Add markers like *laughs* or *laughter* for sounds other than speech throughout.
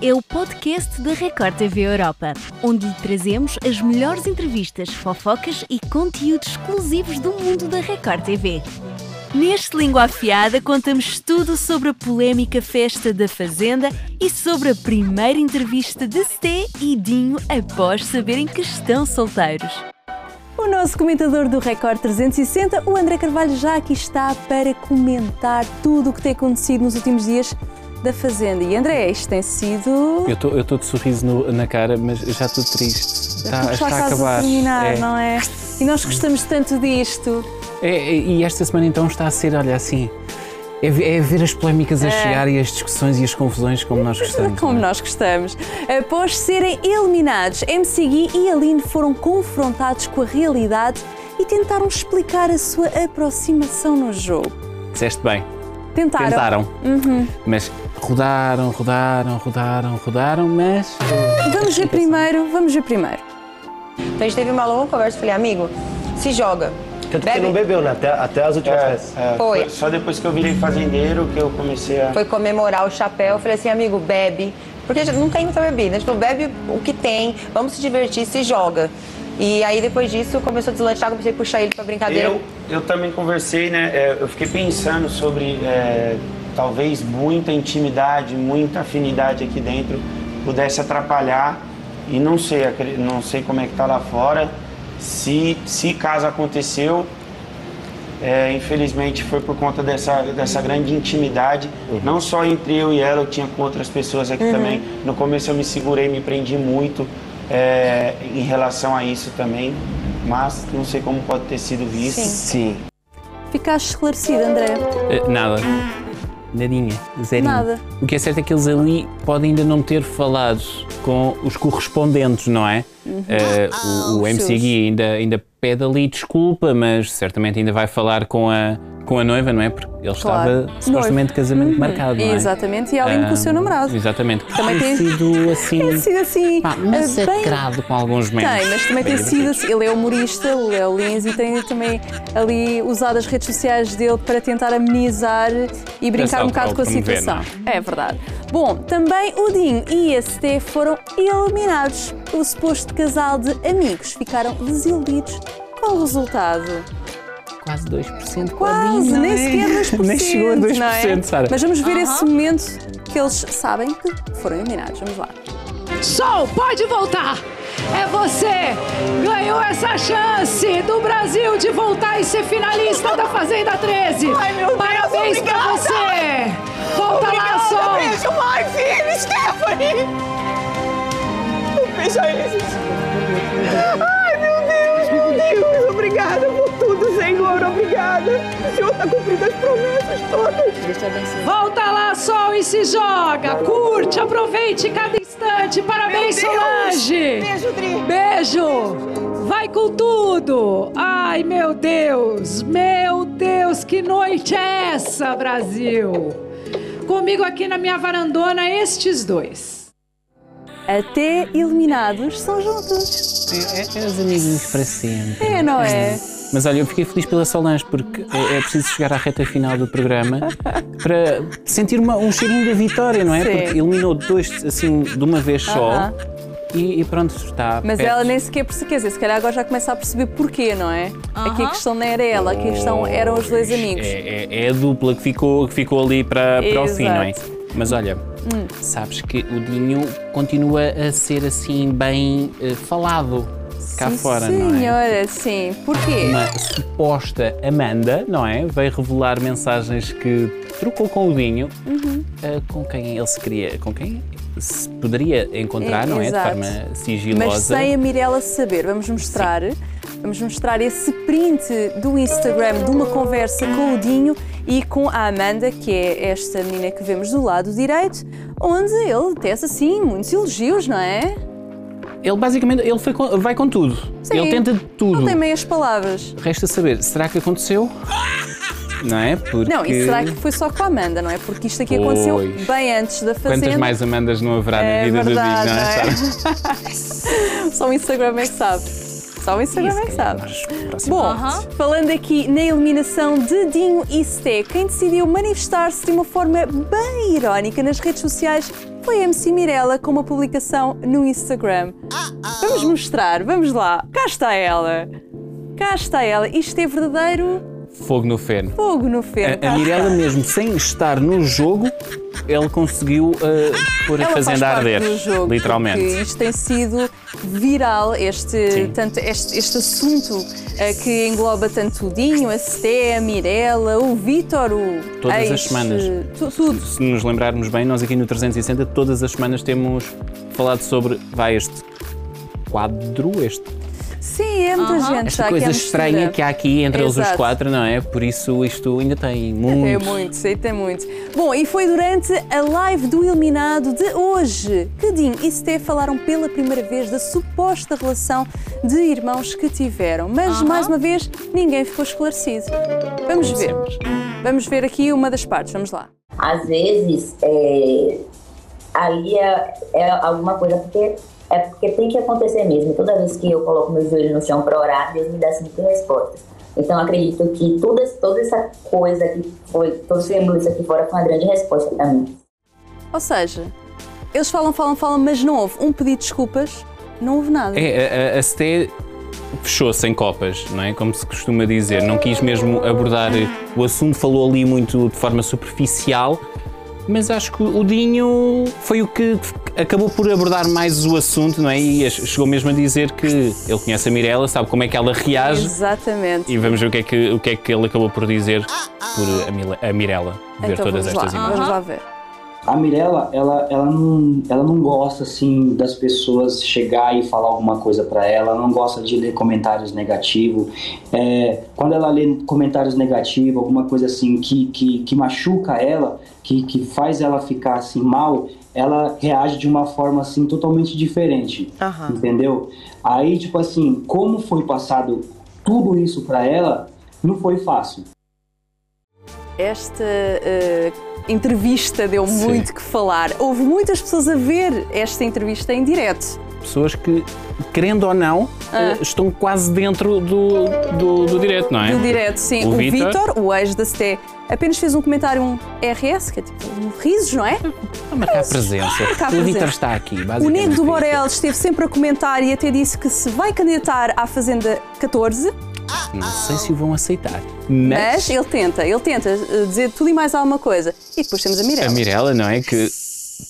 é o podcast da Record TV Europa, onde lhe trazemos as melhores entrevistas, fofocas e conteúdos exclusivos do mundo da Record TV. Neste Língua Afiada contamos tudo sobre a polémica festa da Fazenda e sobre a primeira entrevista de Sté e Dinho após saberem que estão solteiros. O nosso comentador do Record 360, o André Carvalho, já aqui está para comentar tudo o que tem acontecido nos últimos dias da Fazenda. E André, isto tem sido. Eu estou de sorriso no- na cara, mas já estou triste. Está, Porque Ah, está já a estás acabar. a terminar, É. não é? E nós gostamos tanto disto. É, é, e esta semana então está a ser, olha, assim. É, ve- é ver as polémicas a chegar e as discussões e as confusões como nós *laughs* gostamos. Como não é? nós gostamos. Após serem eliminados, MC Gui e Aline foram confrontados com a realidade e tentaram explicar a sua aproximação é? no jogo. Disseste bem. Tentaram. Tentaram. Uhum. Mas rodaram, rodaram, rodaram, rodaram, mas. Vamos ver primeiro, vamos ver primeiro. Então a gente teve uma longa conversa, falei, amigo, se joga. Tanto que você não bebeu, né? Até, até as últimas festas. É, é, Foi. Só depois que eu virei fazendeiro que eu comecei a. Foi comemorar o chapéu, eu falei assim, amigo, bebe. Porque a gente não tem muita bebida, a gente falou, bebe o que tem, vamos se divertir, se joga. E aí depois disso começou a deslanchar, comecei a puxar ele pra brincadeira. Eu, eu também conversei, né? é, eu fiquei pensando sobre é, talvez muita intimidade, muita afinidade aqui dentro pudesse atrapalhar e não sei, acre- não sei como é que tá lá fora. Se, se caso aconteceu, é, infelizmente foi por conta dessa, dessa grande intimidade, não só entre eu e ela, eu tinha com outras pessoas aqui também. No começo eu me segurei, me prendi muito é, em relação a isso também, mas não sei como pode ter sido visto. Sim. Ficaste esclarecido, André. Eh, Nada. Nadinha. Zerinho. Nada. O que é certo é que eles ali podem ainda não ter falado com os correspondentes, não é? Uhum. Eh, Ah, o, o MC Gui ainda, ainda pede ali desculpa, mas certamente ainda vai falar com a, com a noiva, não é? Porque ele Claro. Uhum. estava supostamente casamento marcado, não é? Exatamente, e a Aline com o seu Ah, namorado. Exatamente. Também Também tem- tem *laughs* sido assim. Tem sido assim. pá, ah, massacrado com alguns memes. Tem, mas também tem sido assim. Ele é humorista, ele é o Lins e tem também ali usado as redes sociais dele para tentar amenizar e brincar um auto- bocado com a autopromover, situação. É verdade. Bom, também o Dinho e a ST foram eliminados. O suposto casal de amigos ficaram desiludidos com o resultado. Quase 2%. Quase, Não nem é? sequer *laughs* 2%. Nem chegou a 2%, não é? Sara. Mas vamos ver esse momento que eles sabem que foram eliminados. Vamos lá. Sol, pode voltar! É você! Ganhou essa chance do Brasil de voltar e ser finalista da Fazenda 13! Ai, meu Deus, Parabéns pra obrigada! você! Volta Ah, lá, Sol! beijo, mãe, filho, Stephanie! Um beijo a eles. Ai, meu Deus, meu Deus, obrigada por tudo, Senhor, obrigada. O Senhor está cumprindo as promessas todas. Volta lá, Sol, e se joga! Curte, aproveite cada instante! Parabéns, Meu Deus! Solange! Beijo, Dri. Beijo! Vai com tudo! Ai, meu Deus! Meu Deus, que noite é essa, Brasil? Comigo aqui na minha varandona, estes dois. Até eliminados são juntos. É, é os amiguinhos para sempre. É, não é? Mas olha, eu fiquei feliz pela Solange porque é, é preciso chegar à reta final do programa para sentir uma- um cheirinho da vitória, não é? Sim. Porque eliminou dois assim de uma vez só Aham. e, e pronto, está. Mas perto. ela nem sequer percebeu, quer dizer, se calhar agora já começa a perceber porquê, não é? Aqui a questão não era ela, aqui a questão eram os dois amigos. É, é- é a dupla que ficou, que ficou ali para, para o fim, não é? Exato. Hum. Mas olha, sabes que o Dinho continua a ser assim bem eh, falado cá Sim, fora, não é? senhora, sim. Porquê? uma suposta Amanda, não é? Veio revelar mensagens que trocou com o Dinho, Uhum. ah, com quem ele se queria, com quem se poderia encontrar, É, não é? exato. De forma Mas sigilosa. sem a Mirella saber, vamos mostrar. Vamos mostrar esse print do Instagram de uma conversa com o Dinho e com a Amanda, que é esta menina que vemos do lado direito, onde ele tece assim muitos elogios, não é? Ele basicamente ele foi com- vai com tudo. Sim. Ele tenta de tudo. Não tem meias palavras. Resta saber, será que *laughs* aconteceu? Não é? Porque Não, e será que foi só com a Amanda, não é? Porque isto aqui aconteceu Pois. bem antes da fazenda. quantas *laughs* mais Amandas não haverá na assim? É vida dos verdade, Dinho, não é? não é? Sara? Só o Instagram é que sabe. Só o Instagram é que sabe. Próximo. Bom, falando aqui na eliminação de Dinho e Sté, quem decidiu manifestar-se de uma forma bem irónica nas redes sociais foi a MC Mirella com uma publicação no Instagram. Vamos mostrar, vamos lá. Cá está ela. Cá está ela. Isto é verdadeiro Fogo no feno. fogo no ferro. A, a Mirella, mesmo sem estar no jogo, ele conseguiu uh, pôr a Ela faz fazenda a parte arder. do jogo, Literalmente. porque Isto tem sido viral, este, Sim. tanto, este, este assunto eh, que engloba tanto o Dinho, a Sté, a Mirella, o Vítor, o. Todas as ex, semanas. eh, tu- tudo. Se nos lembrarmos bem, nós aqui no 360 todas as semanas temos falado sobre vai este quadro, este, Sim, é muita gente esta já coisa que é estranha mistura. que há aqui entre eles os Exato. quatro, não é? Por isso isto ainda tem muito. Tem muito, sei tem muito. Bom, e foi durante a live do Iluminado de hoje que Dinho e Sté falaram pela primeira vez da suposta relação de irmãos que tiveram. Mas, mais uma vez, ninguém ficou esclarecido. Vamos Como ver. sempre. Vamos ver aqui uma das partes, vamos lá. às vezes é, aí é, é alguma coisa porque é porque tem que acontecer mesmo. Toda vez que eu coloco meus joelhos no chão para orar, Deus me dá cinco respostas. Então acredito que toda, toda essa coisa que foi, todo esse embrulho aqui fora foi uma grande resposta para mim. Ou seja, eles falam, falam, falam, mas não houve um pedido de desculpas, não houve nada. É, a, a- a CT fechou-se em copas, não é? Como se costuma dizer, não quis mesmo abordar o assunto, falou ali muito de forma superficial, mas acho que o Dinho foi o que acabou por abordar mais o assunto, não é? E ach- chegou mesmo a dizer que ele conhece a Mirella, sabe como é que ela reage. Exatamente. E vamos ver o que é que, o que, é que ele acabou por dizer por a, Mila- a Mirella, ver Então todas vamos lá, estas imagens. vamos lá ver. A Mirella, ela, ela, não, ela não gosta, assim, das pessoas chegar e falar alguma coisa pra ela, ela não gosta de ler comentários negativos. É, quando ela lê comentários negativos, alguma coisa assim que, que, que machuca ela, que, que faz ela ficar, assim, mal, ela reage de uma forma, assim, totalmente diferente, entendeu? Aí, tipo assim, como foi passado tudo isso pra ela, não foi fácil. Esta eh, entrevista deu Sim. muito que falar. Houve muitas pessoas a ver esta entrevista em direto. Pessoas que, querendo ou não, Ah. eh, estão quase dentro do, do, do direto, não é? No direto, sim. O O Vítor? Vítor, o ex da CT, apenas fez um comentário, um RS, que é tipo um risos, não é? Para marcar presença. marcar o presença. Vitor está aqui, basicamente. tá O Nego do é Borel esteve sempre a comentar e até disse que se vai candidatar à Fazenda 14, isto. Não sei se o vão aceitar. Mas, mas ele tenta, ele tenta eh, dizer tudo e mais alguma coisa. E depois temos a Mirella. a Mirella, não é? Que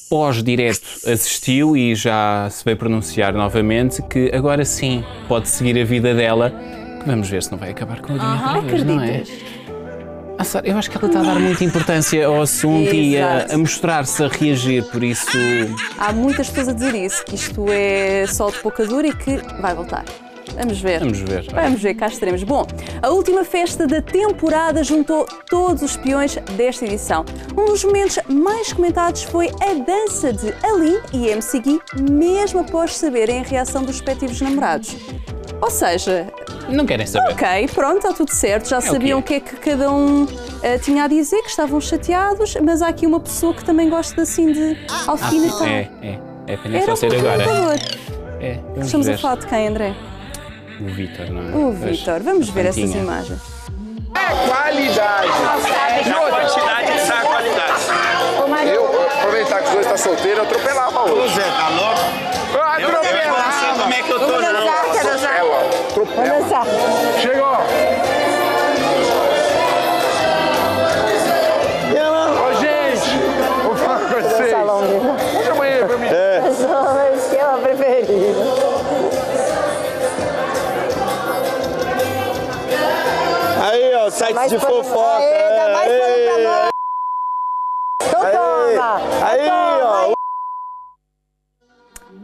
pós-direto assistiu e já se veio pronunciar novamente que agora sim pode seguir a vida dela. Vamos ver se não vai acabar com o Dinho outra vez, não é? Ah, sério, eu acho que ela está a dar muita importância ao assunto e a, Exato. a mostrar-se a reagir, por isso. Há muitas pessoas a dizer isso, que isto é só de pouca dura e que vai voltar. Vamos ver. Vamos ver. Vamos ver, cá estaremos. Bom, a última festa da temporada juntou todos os peões desta edição. Um dos momentos mais comentados foi a dança de Aline e MC Gui, mesmo após saberem a reação dos respectivos namorados. Ou seja, Não querem saber. ok, pronto, está tudo certo, já que sabiam é. o que é que cada um eh, tinha a dizer, que estavam chateados, mas há aqui uma pessoa que também gosta assim de alfinetar. É, é. É apenas Era só um ser agora. computador. É, vamos Estamos a ver. falar de quem, André? O Vitor, não é? O Pois, Vitor. Vamos a ver essas plantinha. imagens. É, Na quantidade está a qualidade. Eu, aproveitar que os dois estão solteiros, eu atropelava a Ô outra. Zé, tá louco? Eu não quero saber como é que eu tô, não. Ela, atropela. Chega, ó. Ô, gente, vou falar com vocês. Chama aí pra mim. É. Aí, ó, site de fofoca. né? Ainda mais Então Aí, ó.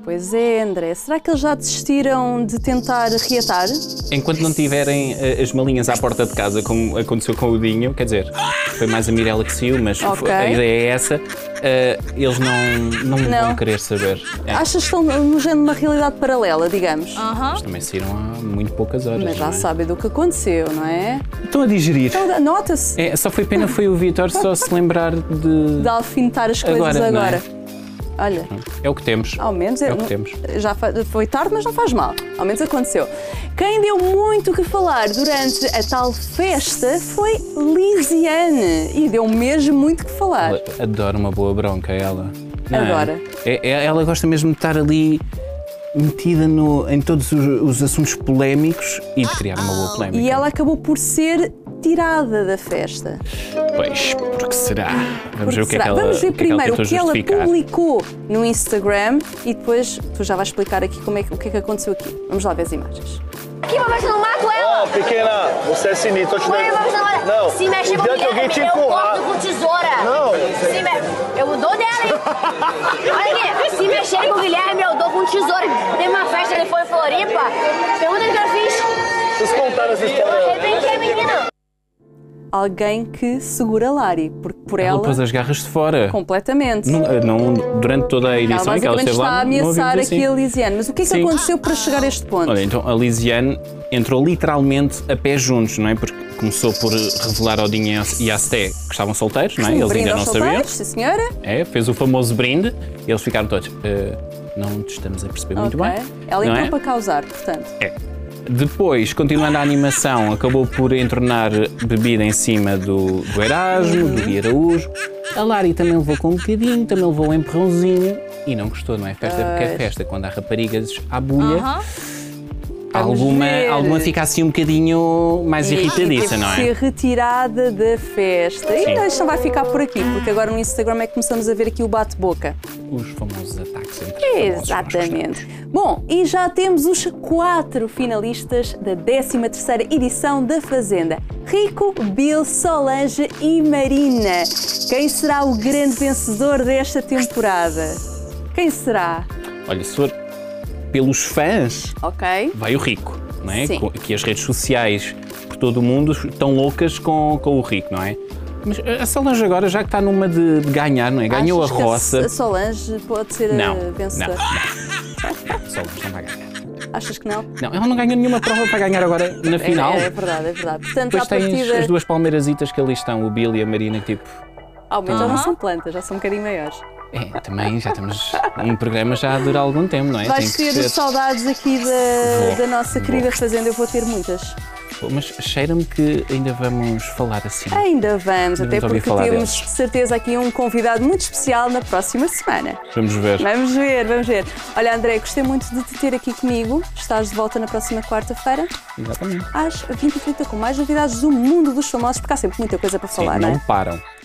Pois é, André. Será que eles já desistiram de tentar reatar? Enquanto não tiverem eh, as malinhas à porta de casa, como aconteceu com o Dinho, quer dizer, foi mais a Mirella que saiu, mas Ok. fo- a ideia é essa, eh, eles não, não, Não. vão querer saber. É, Achas que estão no género de uma realidade paralela, digamos? Eles também saíram há muito poucas horas. Mas já não é? sabem do que aconteceu, não é? Estão a digerir. Então, Nota-se É, só foi pena foi o Vitor só se lembrar de. *laughs* de alfinetar as coisas Agora, agora. não é? olha. É o que temos. Ao menos é o não- que temos. já fa- foi tarde, mas não faz mal. Ao menos aconteceu. Quem deu muito o que falar durante a tal festa foi Lisiane. E deu mesmo muito o que falar. Ela adora uma boa bronca, ela. Não é? Adora. É- é- ela gosta mesmo de estar ali metida no, em todos os, os assuntos polémicos e de criar uma boa polémica. E ela acabou por ser tirada da festa. Pois, porque será? Vamos ver o que é Será? que ela o Vamos ver que é que primeiro o que ela tentou justificar. publicou no Instagram e depois tu já vais explicar aqui como é que- o que é que aconteceu aqui. Vamos lá ver as imagens. Aqui, mas eu não mato ela! Ó, pequena, você é sinistro. Eu te Ué, dei- mas não- Não, Se mexer o dia que comigo, alguém te eu empurrar. corto com tesoura. Não. Se me... Eu dou dela, hein? Olha aqui, se mexer com o Guilherme, eu dou com tesoura. Teve uma festa, ele foi em Floripa. Pergunta o que eu fiz. Vocês contaram essa Eu história. arrebentei a menina. Alguém que segura Lari, porque por Ela ela. pôs as garras de fora. Completamente. Não, não- durante toda a Ela edição em que ela basicamente esteve está lá. a não ouvimos ameaçar assim. aqui a Lisiane. Mas o que é que Sim. aconteceu para chegar a este ponto? Olha, então a Lisiane entrou literalmente a pé juntos, não é? Porque começou por revelar ao Dinho e à Sté que estavam solteiros, não é? Um Eles brinde ainda aos não sabiam. solteiros, Sim, senhora. É, fez o famoso brinde e eles ficaram todos. "Eh, não te estamos a perceber muito Ok. bem. Ela não entrou é? para causar, portanto. É. Depois, continuando a animação, acabou por entornar bebida em cima do, do Erasmo, do Gui Araújo. A Lari também levou com um bocadinho, também levou um empurrãozinho e não gostou, não é? Festa porque é Pois. festa, quando há raparigas à bulha. Aham. Alguma, ver. alguma fica assim um bocadinho mais E- irritadiça, não E é? teve que ser retirada da festa. Sim. E isto não vai ficar por aqui, porque agora no Instagram é que começamos a ver aqui o bate-boca. Os famosos ataques entre Exatamente. Bom, e já temos os quatro finalistas da 13ª edição da Fazenda. Rico, Bill, Solange e Marina. Quem será o grande vencedor desta temporada? Quem será? Olha, se for pelos fãs, Ok? vai o rico, não é? Sim. Co- Que as redes sociais por todo o mundo estão loucas com, com o rico, não é? Mas a Solange agora já que está numa de, de ganhar, não é? Ganhou Achas a que roça. A Solange pode ser Não, a não, *laughs* vencedora? A Solange não vai ganhar. Achas que não? Não, ela não ganhou nenhuma prova para ganhar agora na É- final. É, verdade, é verdade. Portanto, Depois à tens partida. as duas palmeirasitas que ali estão, o Bill e a Marina, que tipo. Ao menos já não Aham. são plantas, já são um bocadinho maiores. É, também já *laughs* temos um programa já a durar algum tempo, não é? Vais Tem ter que ser. saudades aqui da, Vou, da nossa querida fazenda, eu vou ter muitas. Pô, tipo, Mas cheira-me que ainda vamos falar assim. Ainda vamos, Ainda até vamos ouvir porque falar temos deles. de certeza aqui um convidado muito especial na próxima semana. Vamos ver. Vamos ver, vamos ver. Olha, André, gostei muito de te ter aqui comigo. Estás de volta na próxima quarta-feira, Exatamente. às 20h30, com mais novidades do mundo dos famosos, porque há sempre muita coisa para Sim, falar, não não é? param.